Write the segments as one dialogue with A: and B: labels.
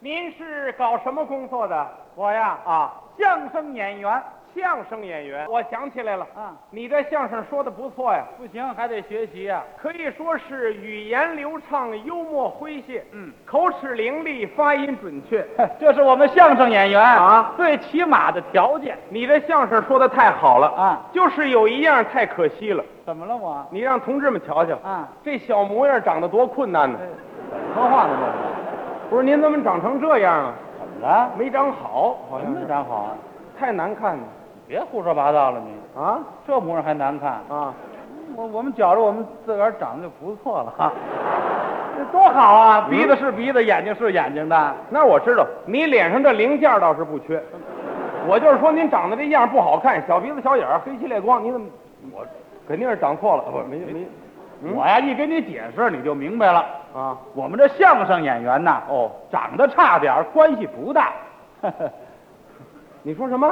A: 您是搞什么工作的？
B: 我呀，
A: 啊，
B: 相声演员
A: 相声演员。我想起来了，
B: 啊，
A: 你这相声说的不错呀，
B: 不行还得学 习啊呀、
A: 可以说是语言流畅、幽默诙谐，
B: 嗯，
A: 口齿伶俐，发音准确。
B: 这是我们相声演员
A: 啊
B: 最起码的条件
A: 你这相声说的太好了
B: 啊！
A: 就是有一样太可惜了，
B: 怎么了我？
A: 你让同志们瞧瞧，
B: 啊，
A: 这小模样长得多困难呢
B: 哎！说话呢这
A: 不是您怎么长成这样啊？
B: 是？怎么了？
A: 没长好，好
B: 什
A: 像
B: 么
A: 是
B: 长好啊？
A: 太难看了
B: 你别胡说八道了你，
A: 啊
B: 这模样还难看。
A: 啊！
B: 我我们觉着我们自个儿长得就不错了哈， 这多好啊！鼻子是鼻子，眼睛是眼睛的。
A: 那我知道你脸上这零件倒是不缺，我就是说您长得这样不好看，小鼻子小眼儿，黑漆裂光，你怎么
B: 我
A: 肯定是长错呃了？不是没没嗯
B: 我呀一跟你解释你就明白了。
A: 啊？
B: 我们这相声演员呐， 哦，长得差点儿关系不大。
A: 你说什么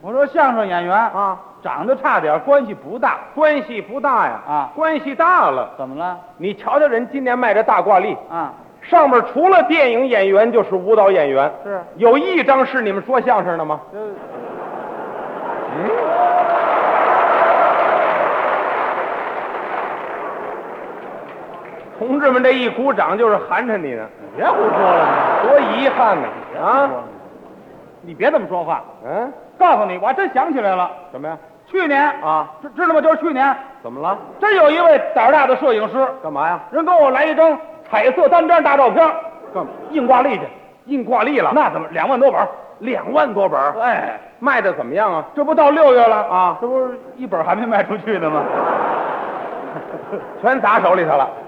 B: 我说相声演员啊，
A: 啊？
B: 长得差点儿关系不大，
A: 关系不大呀
B: 啊
A: 关系大了。
B: 怎么了？
A: 你瞧瞧人今年卖这大挂历，
B: 啊，
A: 上面除了电影演员就是舞蹈演员，
B: 是
A: 有一张是你们说相声的吗？
B: 这，
A: 同志们这一鼓掌就是寒碜你呢，
B: 别胡说了
A: 多遗憾呐！
B: 你
A: 啊，！
B: 你别这么说话。
A: 嗯，
B: 告诉你，我还真想起来了，
A: 什么呀？
B: 去年
A: 啊，
B: 知知道吗？就是去年，
A: 怎么了？
B: 真有一位胆儿大的摄影师，
A: 干嘛呀？
B: 人给我来一张彩色单张大照片，
A: 干嘛？
B: 硬挂历去，
A: 印挂历了？
B: 那怎么两万多本儿？
A: 两万多本儿，
B: 哎，
A: 卖的怎么样啊？
B: 这不到六月了
A: 啊
B: 这不是一本儿还没卖出去呢吗？
A: 全砸手里头了。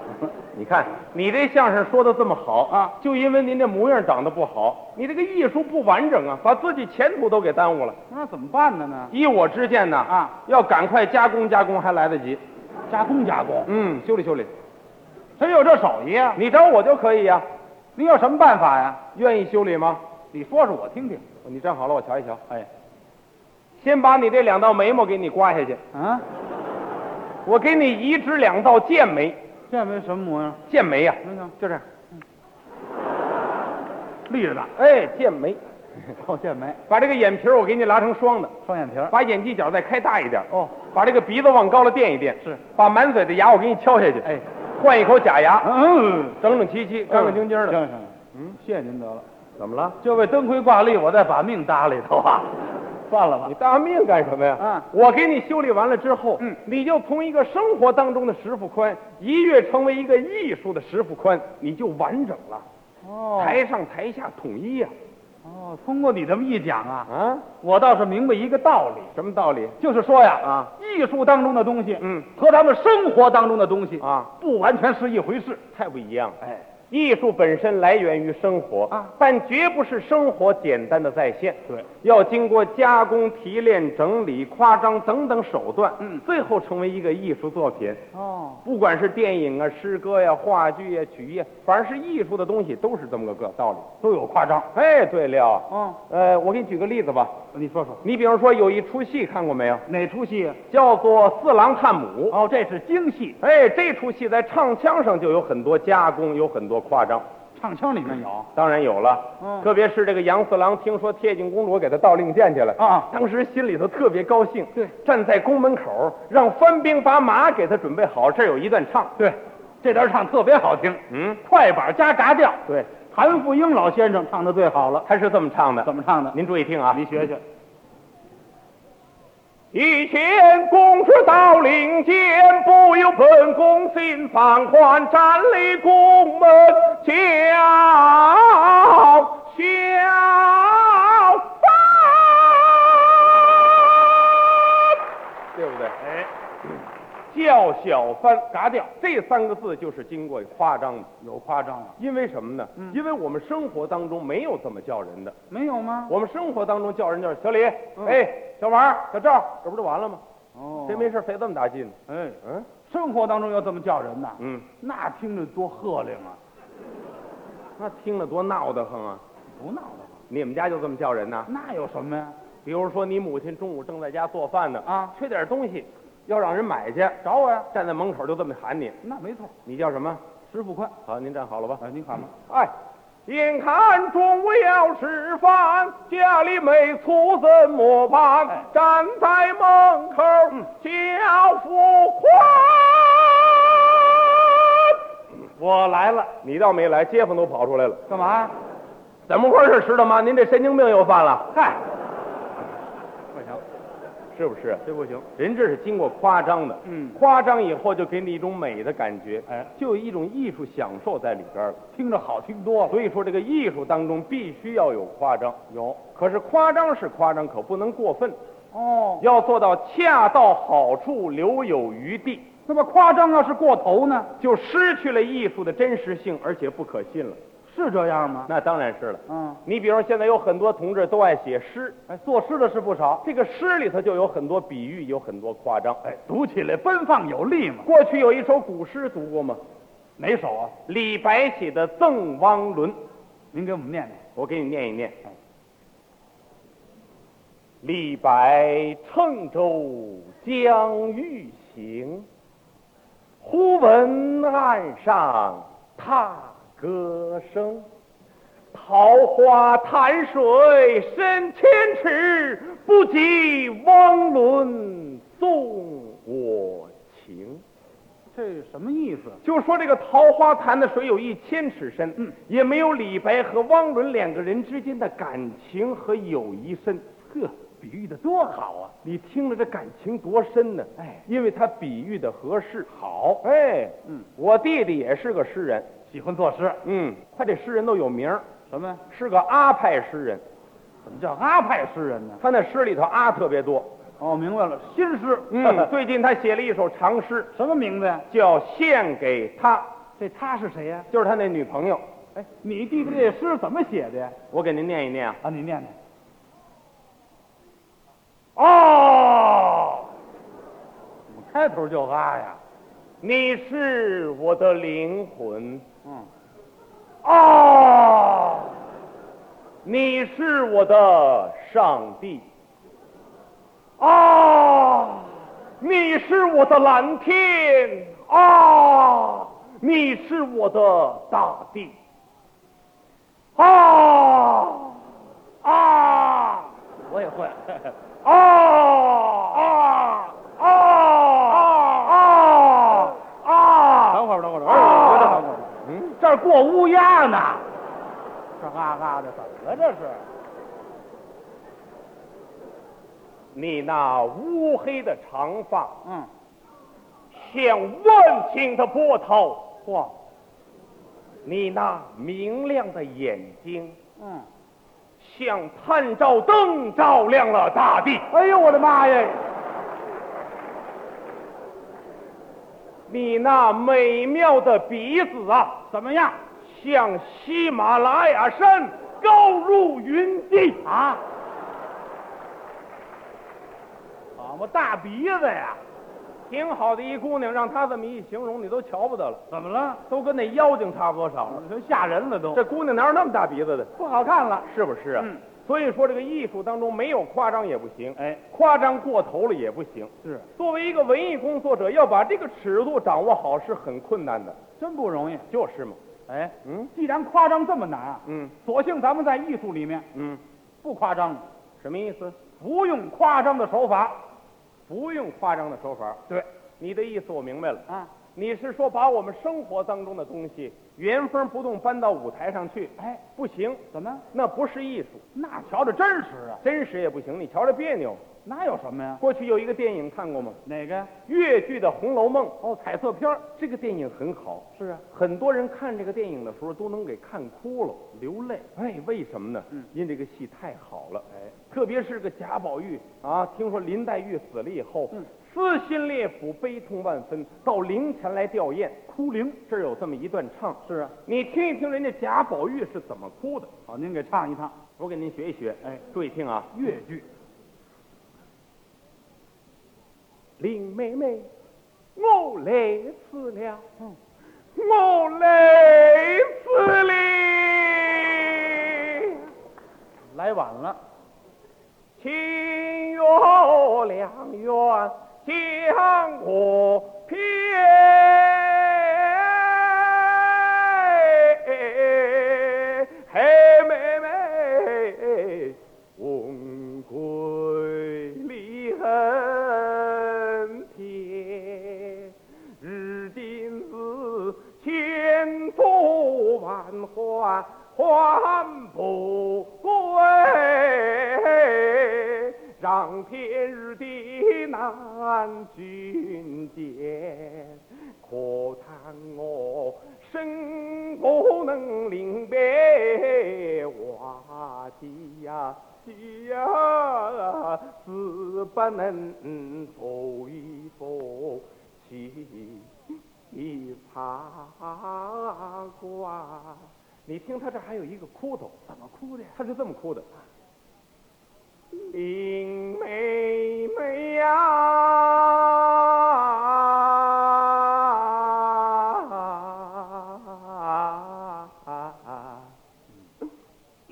A: 你看，你这相声说的这么好
B: 啊，
A: 就因为您这模样长得不好，你这个艺术不完整啊，把自己前途都给耽误了。
B: 那怎么办的呢？
A: 依我之见呢，
B: 啊，
A: 要赶快加工加工，还来得及。
B: 加工加工，
A: 嗯，修理修理，
B: 谁有这手艺啊？
A: 你找我就可以呀、
B: 您有什么办法呀？
A: 愿意修理吗？哦
B: 你说说我听听。
A: 你站好了，我瞧一瞧。
B: 哎，
A: 先把你这两道眉毛给你刮下去，
B: 啊，
A: 我给你移植两道剑眉。
B: 这没什么模样，嗯
A: 剑眉啊呀、
B: 没看
A: 就这样。
B: 立着的，
A: 哎，剑眉，
B: 哦，剑眉，
A: 把这个眼皮儿我给你拉成双的，
B: 双眼皮儿。
A: 把眼犄角再开大一点。
B: 哦，
A: 把这个鼻子往高了垫一垫，
B: 是
A: 把满嘴的牙我给你敲下去，
B: 哎，
A: 换一口假牙，
B: 嗯，
A: 整整齐齐、干干净净
B: 行
A: 的。
B: 行行，嗯，谢谢您得了。
A: 怎么了？
B: 就为灯盔挂历，我再把命搭里头啊，算了吧
A: 你。大命干什么呀？
B: 啊
A: 我给你修理完了之后，
B: 嗯，
A: 你就从一个生活当中的石富宽，一跃成为一个艺术的石富宽，你就完整了，
B: 哦
A: 台上台下统一呀、
B: 哦，通过你这么一讲啊，
A: 啊！
B: 我倒是明白一个道理，
A: 什么道理？
B: 就是说呀，
A: 啊，
B: 艺术当中的东西，
A: 嗯，
B: 和咱们生活当中的东西
A: 啊，
B: 不完全是一回事。
A: 太不一样了。
B: 哎，
A: 艺术本身来源于生活
B: 啊，
A: 但绝不是生活简单的再现。
B: 对，
A: 要经过加工、提炼、整理、夸张等等手段，
B: 嗯
A: 最后成为一个艺术作品。
B: 哦，
A: 不管是电影啊、诗歌呀、话剧呀、曲艺呀，凡是艺术的东西，都是这么个个道理。
B: 都有夸张。
A: 哎，对了，
B: 嗯，
A: 呃，我给你举个例子吧。
B: 你说说
A: 你比如说有一出戏看过没有？
B: 哪出戏啊？
A: 叫做《四郎探母》。
B: 哦，这是京戏，
A: 哎，这出戏在唱腔上就有很多加工，有很多夸张。
B: 唱腔里面有
A: 当然有了，
B: 嗯
A: 特别是这个杨四郎听说铁镜公主给他盗令箭去了
B: 啊
A: 当时心里头特别高兴，
B: 对，
A: 站在宫门口让官兵把马给他准备好，这儿有一段唱，
B: 对，这段唱特别好听，
A: 嗯，
B: 快板加嘎调，
A: 对，
B: 谭富英老先生唱的最好了。
A: 他是这么唱的，
B: 怎么唱的？
A: 您注意听啊，
B: 你学学。
A: 以前公主到领间，不由本宫心放宽，站立宫门叫小番，对不对？
B: 哎，
A: 叫小番，嘎掉这三个字就是经过夸张的，
B: 有夸张了？嗯
A: 因为什么呢？因为我们生活当中没有这么叫人的，
B: 没有吗？
A: 我们生活当中叫人就是小李，
B: 嗯
A: 哎，小王，小赵，这不就完了吗？
B: 哦
A: 谁没事非这么打劲呢？
B: 哎，
A: 嗯
B: 生活当中要这么叫人呐，
A: 嗯，
B: 那听着多喝灵啊！
A: 那听了多闹得慌啊！
B: 不闹了吧？
A: 你们家就这么叫人呐、
B: 那有什么呀？
A: 比如说，你母亲中午正在家做饭呢，
B: 啊，
A: 缺点东西，要让人买去，
B: 找我呀？
A: 站在门口就这么喊你，
B: 那没错，
A: 你叫什么？
B: 石富宽。啊
A: 好，您站好了吧？
B: 哎，你喊吧。
A: 哎，眼看中午要吃饭，家里没醋怎么办？站在门口叫付款。
B: 我来了，
A: 你倒没来，街坊都跑出来了。
B: 干嘛？
A: 怎么回事，石大妈？您这神经病又犯了，
B: 嗨，不行，
A: 是不是？
B: 这不行。
A: 人这是经过夸张的，
B: 嗯
A: 夸张以后就给你一种美的感觉，
B: 哎，
A: 就有一种艺术享受在里边了。
B: 听着好听多了。
A: 所以说，这个艺术当中必须要有夸张，
B: 有
A: 可是夸张是夸张，可不能过分，
B: 哦，
A: 要做到恰到好处，留有余地，
B: 那么夸张要是过头呢？
A: 就失去了艺术的真实性，而且不可信了。
B: 是这样吗？
A: 那当然是了。
B: 嗯，
A: 你比如说现在有很多同志都爱写诗，
B: 哎，作诗的是不少，
A: 这个诗里头就有很多比喻，有很多夸张。哎，
B: 读起来奔放有力嘛。
A: 过去有一首古诗读过吗？
B: 哪首啊？
A: 李白写的《赠汪伦》，
B: 您给我们念念。
A: 我给你念一念。李白乘舟将欲行，忽闻岸上踏歌声。桃花潭水深千尺，不及汪伦送我情。
B: 这什么意思？
A: 就说这个桃花潭的水有一千尺深，
B: 嗯
A: 也没有李白和汪伦两个人之间的感情和友谊深。
B: 呵，比喻的多好啊！
A: 你听了这感情多深呢？
B: 哎，
A: 因为他比喻的合适。好，哎，
B: 嗯，
A: 我弟弟也是个诗人，
B: 喜欢作诗，
A: 嗯，他这诗人都有名儿，
B: 什么？
A: 是个阿派诗人。
B: 怎么叫阿派诗人呢？
A: 他那诗里头阿特别多。
B: 哦，明白了，新诗。
A: 嗯， 最近他写了一首长诗，
B: 什么名字呀？
A: 叫《献给他》，
B: 这他是谁呀？
A: 就是他那女朋友。
B: 哎，你弟弟这诗怎么写的呀？
A: 我给您念一念啊。
B: 啊，你念念。
A: 哦。
B: 怎么开头就啊呀？
A: 你是我的灵魂
B: 嗯，
A: 哦，你是我的上帝哦，你是我的蓝天哦，你是我的大地哦啊
B: 我也会。
A: 哦啊啊啊啊啊！
B: 等会儿，等会儿，
A: 啊
B: 哎等会儿，等会儿。
A: 嗯，
B: 这儿过乌鸦呢，这哈哈的，怎么了这是？
A: 你那乌黑的长发
B: 嗯，
A: 像万顷的波涛，
B: 嚯，
A: 你那明亮的眼睛
B: 嗯，
A: 像探照灯照亮了大地。
B: 哎呦我的妈呀！
A: 你那美妙的鼻子啊，
B: 怎么样
A: 像喜马拉雅山高入云际。
B: 啊？好嘛，大鼻子呀？
A: 挺好的一姑娘，让她这么一形容，你都瞧不得了，
B: 怎么了？
A: 都跟那妖精差不多少了。
B: 都吓人了都，
A: 这姑娘哪有那么大鼻子的？
B: 不好看了。
A: 是不是啊？
B: 嗯
A: 所以说，这个艺术当中没有夸张也不行，
B: 哎，
A: 夸张过头了也不行。
B: 是，
A: 作为一个文艺工作者，要把这个尺度掌握好是很困难的，
B: 真不容易。
A: 就是嘛。
B: 哎，
A: 嗯
B: 既然夸张这么难啊，
A: 嗯
B: 索性咱们在艺术里面
A: 嗯，
B: 不夸张了，
A: 什么意思？
B: 不用夸张的手法。
A: 不用夸张的手法。
B: 对，
A: 你的意思我明白了，
B: 啊，
A: 你是说把我们生活当中的东西原封不动搬到舞台上去？
B: 哎，
A: 不行，
B: 怎么？
A: 那不是艺术，
B: 那瞧着真实啊，
A: 真实也不行。你瞧着别扭。
B: 哪有什么呀？
A: 过去有一个电影看过吗？
B: 哪个？
A: 越剧的《红楼梦》
B: 哦，彩色片儿
A: 这个电影很好，
B: 是啊，
A: 很多人看这个电影的时候都能给看哭了，流泪。哎，为什么呢？
B: 嗯
A: 因这个戏太好了。
B: 哎，
A: 特别是个贾宝玉啊，听说林黛玉死了以后，
B: 嗯
A: 撕心裂腹，悲痛万分，到灵前来吊唁，哭灵。这儿有这么一段唱，
B: 是啊。
A: 你听一听人家贾宝玉是怎么哭的，
B: 好，您给唱一唱
A: 我给您学一学。
B: 哎，
A: 注意听啊，
B: 越剧。
A: 林妹妹，我累死了，
B: 嗯
A: 我累死了，
B: 来晚了，
A: 情有良缘将我偏。还不归，让天日的难君见。可叹我身不能领别瓦器呀。呀，死不能走一步，起一爬瓜。你听他这还有一个哭头，怎么哭的？他是这么哭的：林妹妹呀、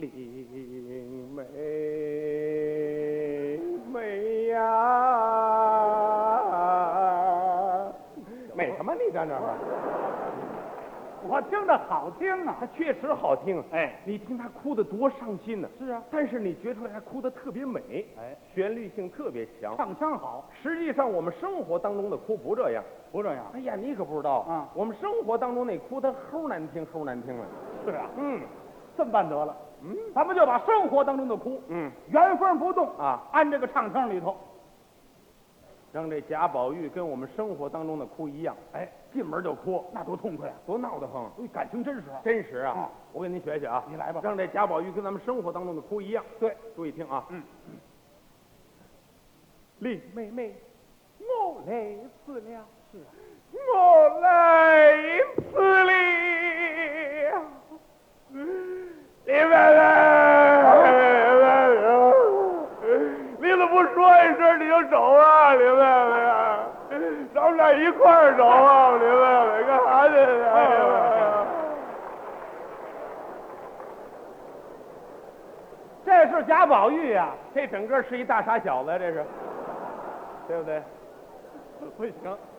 A: 林妹妹呀、美什么？你在那儿？啊
B: 我听着好听啊
A: 他。确实好听。
B: 哎
A: 你听他哭得多伤心呢、
B: 是啊，
A: 但是你觉出来他哭得特别美，
B: 哎，
A: 旋律性特别强。
B: 唱腔好，
A: 实际上我们生活当中的哭不这样。
B: 不这样
A: 哎。呀，你可不知道
B: 啊
A: 我们生活当中那哭他齁难听，齁难听了。
B: 是啊，
A: 嗯
B: 这么办得了。
A: 嗯
B: 咱们就把生活当中的哭，
A: 嗯，
B: 原封不动
A: 啊，
B: 按这个唱腔里头。
A: 让这贾宝玉跟我们生活当中的哭一样，
B: 哎，进门就哭，那多痛快啊！
A: 多闹得慌。
B: 哎，感情真实啊。
A: 真实啊！
B: 嗯
A: 我给您学学啊，
B: 你来吧
A: 让这贾宝玉跟咱们生活当中的哭一样。
B: 对，
A: 注意听啊。
B: 嗯。
A: 李妹妹，我累死了，
B: 是啊，
A: 我累死了，李妹妹，你怎么不说一声你就走啊，李妹妹？咱们俩一块儿走啊，李妹妹，干啥去呢？
B: 这是贾宝玉啊呀、
A: 这整个是一大傻小子，啊这是，对不对？
B: 不行，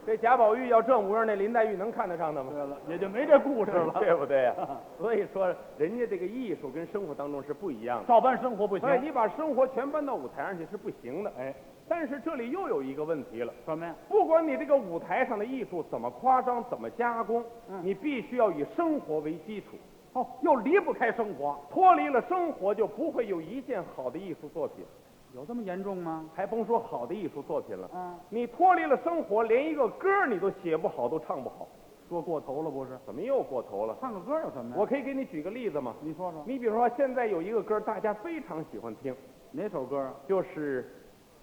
A: 这贾宝玉要这模样，那林黛玉能看得上他吗
B: 对？了，也就没这故事 了。
A: 对不对呀、所以说，人家这个艺术跟生活当中是不一样的。
B: 照搬生活不行
A: 所以。你把生活全搬到舞台上去是不行的。
B: 哎，
A: 但是这里又有一个问题了，
B: 什么呀？
A: 不管你这个舞台上的艺术怎么夸张、怎么加工，
B: 嗯
A: 你必须要以生活为基础。
B: 哦，又离不开生活，
A: 脱离了生活，就不会有一件好的艺术作品，
B: 有这么严重吗？
A: 还甭说好的艺术作品了。
B: 啊，
A: 你脱离了生活，连一个歌儿你都写不好，都唱不好，
B: 说过头了不是？
A: 怎么又过头了？
B: 唱个歌有什么呀？
A: 我可以给你举个例子吗？
B: 你说说
A: 你比如说，现在有一个歌儿大家非常喜欢听，
B: 哪首歌啊？
A: 就是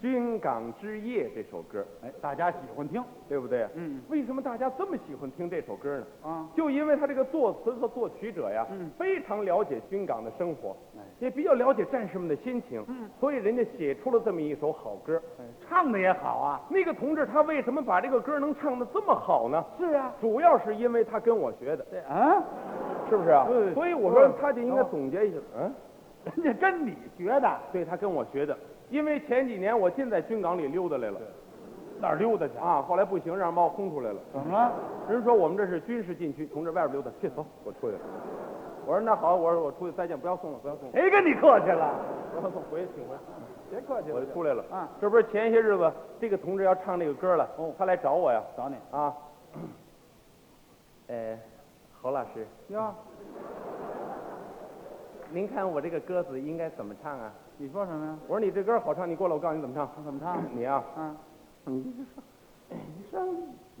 A: 《军港之夜》这首歌，
B: 哎，大家喜欢听
A: 对不对？
B: 嗯
A: 为什么大家这么喜欢听这首歌呢？
B: 啊？
A: 就因为他这个作词和作曲者呀，
B: 嗯
A: 非常了解军港的生活，
B: 哎
A: 也比较了解战士们的心情，
B: 嗯，
A: 所以人家写出了这么一首好歌。
B: 哎，唱的也好啊。
A: 那个同志他为什么把这个歌能唱得这么好呢？
B: 是啊，
A: 主要是因为他跟我学的，
B: 这啊，
A: 是不是啊？
B: 嗯
A: 所以我说
B: 嗯
A: 他就应该
B: 哦
A: 总结一下，嗯。
B: 人家跟你学的，
A: 对他跟我学的，因为前几年我尽在军港里溜达来了
B: 哪儿溜达去？
A: 啊，后来不行，让猫轰出来了。
B: 怎么了？
A: 人说我们这是军事禁区，从这外边溜达，去走，我出去了。我说那好，我说我出去再见，不要送了，不要送了，
B: 谁跟你客气了？
A: 不要送，回去请回来。
B: 别客气
A: 我就出来了。
B: 啊，
A: 这不是前些日子这个同志要唱这个歌了，
B: 哦
A: 他来找我呀，
B: 找你
A: 啊，呃，侯老师，
B: 呀？
A: 您看我这个歌子应该怎么唱啊？
B: 你说什么呀？
A: 我说你这歌好唱，你过来，我告诉你怎么唱。
B: 怎么唱？
A: 你啊，
B: 啊，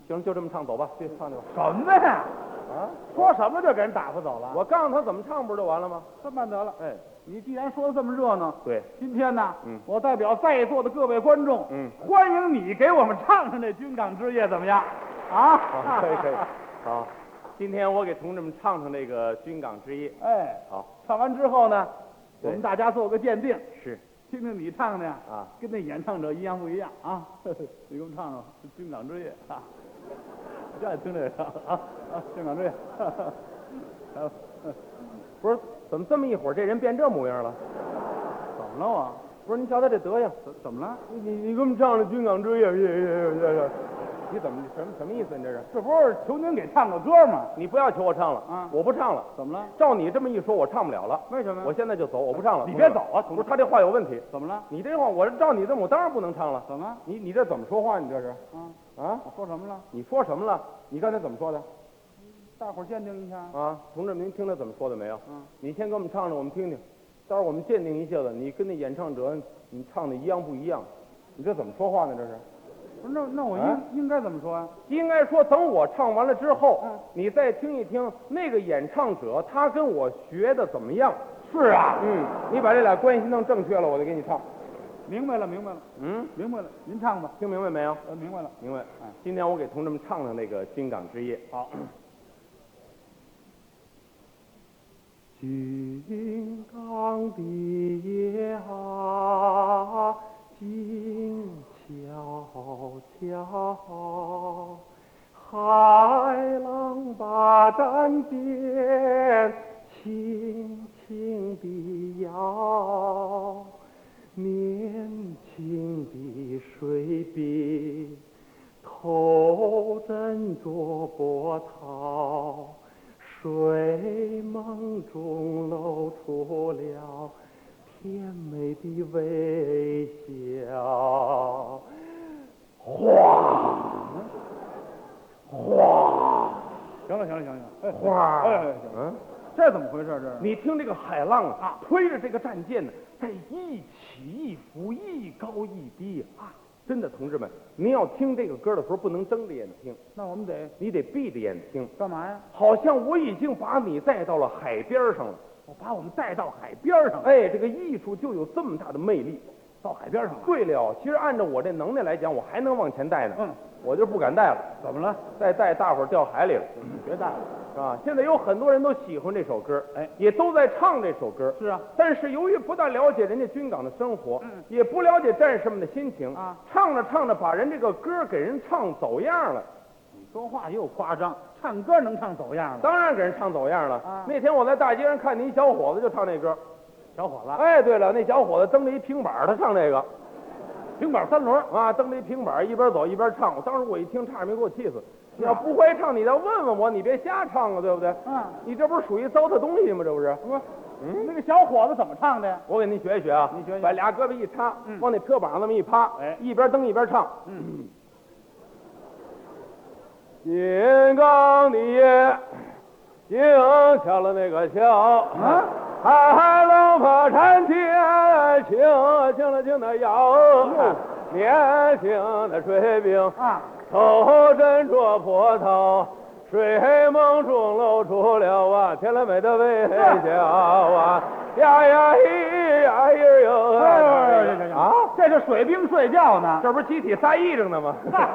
A: 行，就这么唱，走吧，去唱去吧。
B: 什么呀？
A: 啊。
B: 说什么就给人打发走了？
A: 我告诉他怎么唱，不是就完了吗？
B: 这办得了。
A: 哎，
B: 你既然说的这么热闹，
A: 对，
B: 今天呢，
A: 嗯
B: 我代表在座的各位观众，
A: 嗯
B: 欢迎你给我们唱唱这《军港之夜》，怎么样？啊，
A: 好，可以可以，好。今天我给同志们唱唱这个《军港之夜》，
B: 哎，
A: 好，
B: 唱完之后呢，
A: 对
B: 我们大家做个鉴定，
A: 是
B: 听听你唱的呀，
A: 啊，
B: 跟那演唱者一样不一样啊？ 你给我们唱唱《军港之夜》啊，我就爱听这个啊啊，《军港之夜》啊，
A: 不是怎么这么一会儿这人变这模样了？
B: 怎么了我？
A: 不是，您瞧他这德行，
B: 怎怎么了？
A: 你你给我们唱的《军港之夜》是是是是，你怎么什么什么意思？你这是？
B: 这不是求您给唱个歌吗？
A: 你不要求我唱了，
B: 啊
A: 我不唱了。
B: 怎么了？
A: 照你这么一说，我唱不了了。
B: 为什么呀
A: 我现在就啊走，我不唱了。
B: 你
A: 同志
B: 别
A: 们
B: 走啊，同
A: 不
B: 志
A: 是他这话有问题。
B: 怎么了？
A: 你这话，我照你这么，我当然不能唱了。
B: 怎么了？
A: 你你这怎么说话？你这是
B: 啊，
A: 啊？
B: 我说什么了？
A: 你说什么了？你刚才怎么说的？
B: 大伙儿鉴定一下。
A: 啊，同志们，您听他怎么说的没有？
B: 嗯，
A: 你先给我们唱唱，我们听听。待会儿我们鉴定一下子，你跟那演唱者你唱的一样不一样？你这怎么说话呢？这是
B: 不是，那那我应、
A: 啊
B: 应该怎么说啊？
A: 应该说，等我唱完了之后，
B: 嗯
A: 你再听一听那个演唱者他跟我学的怎么样？
B: 是啊，
A: 嗯，你把这俩关系弄正确了，我就给你唱。
B: 明白了，明白了，
A: 嗯，
B: 明白了。您唱吧，
A: 听明白没有？
B: 呃，明白了。
A: 明白
B: 嗯。
A: 今天我给同志们唱的那个《金港之夜》。
B: 好，
A: 金刚的夜啊，静悄悄，海浪把战舰轻轻地摇，年轻的水笔头枕着波涛。睡梦中露出了甜美的微笑，
B: 行了，行了，行了，行了。哎，
A: 花
B: 哎哎行
A: 嗯，
B: 这怎么回事儿？这是
A: 你听这个海浪啊，推着这个战舰呢，在一起一伏，一高一低啊！真的，同志们，您要听这个歌的时候，不能睁着眼听，
B: 那我们得
A: 你得闭着眼听，
B: 干嘛呀？
A: 好像我已经把你带到了海边上了。
B: 我把我们带到海边儿上，
A: 哎，这个艺术就有这么大的魅力。
B: 到海边儿上了。
A: 对了，其实按照我这能耐来讲，我还能往前带呢。
B: 嗯，
A: 我就不敢带了，
B: 怎么了？
A: 再带大伙儿掉海里了，
B: 别带了。
A: 是吧？现在有很多人都喜欢这首歌，
B: 哎
A: 也都在唱这首歌。
B: 是啊，
A: 但是由于不大了解人家军港的生活，
B: 嗯
A: 也不了解战士们的心情
B: 啊，
A: 唱着唱着把人这个歌给人唱走样了，
B: 你说话又夸张，唱歌能唱走样了。
A: 当然给人唱走样了。
B: 啊
A: 那天我在大街上看见一小伙子就唱这歌，
B: 小伙子，
A: 哎，对了，那小伙子蹬着一平板儿，他唱这个。
B: 平板三轮，
A: 啊，蹬着一平板儿，一边走一边唱。我当时我一听，差点没给我气死。你要不会唱，你再问问我，你别瞎唱啊，对不对？
B: 嗯，
A: 你这不是属于糟蹋东西吗？这不是？
B: 不是，那个小伙子怎么唱的呀？
A: 我给您学一学啊，
B: 你学学嗯
A: 把俩胳膊一插，往那车把上那么一趴，
B: 哎
A: 一边蹬一边唱。
B: 嗯，
A: 金刚的夜，金敲了那个敲，
B: 啊，
A: 海浪把山间轻轻了轻的摇，年轻的水兵。
B: 啊，
A: 头枕着波涛，睡梦中露出了啊甜了美的微笑啊，呀呀咿呀咿哟啊，
B: 这这水兵睡觉呢。
A: 这不是集体撒癔症呢吗？
B: 哈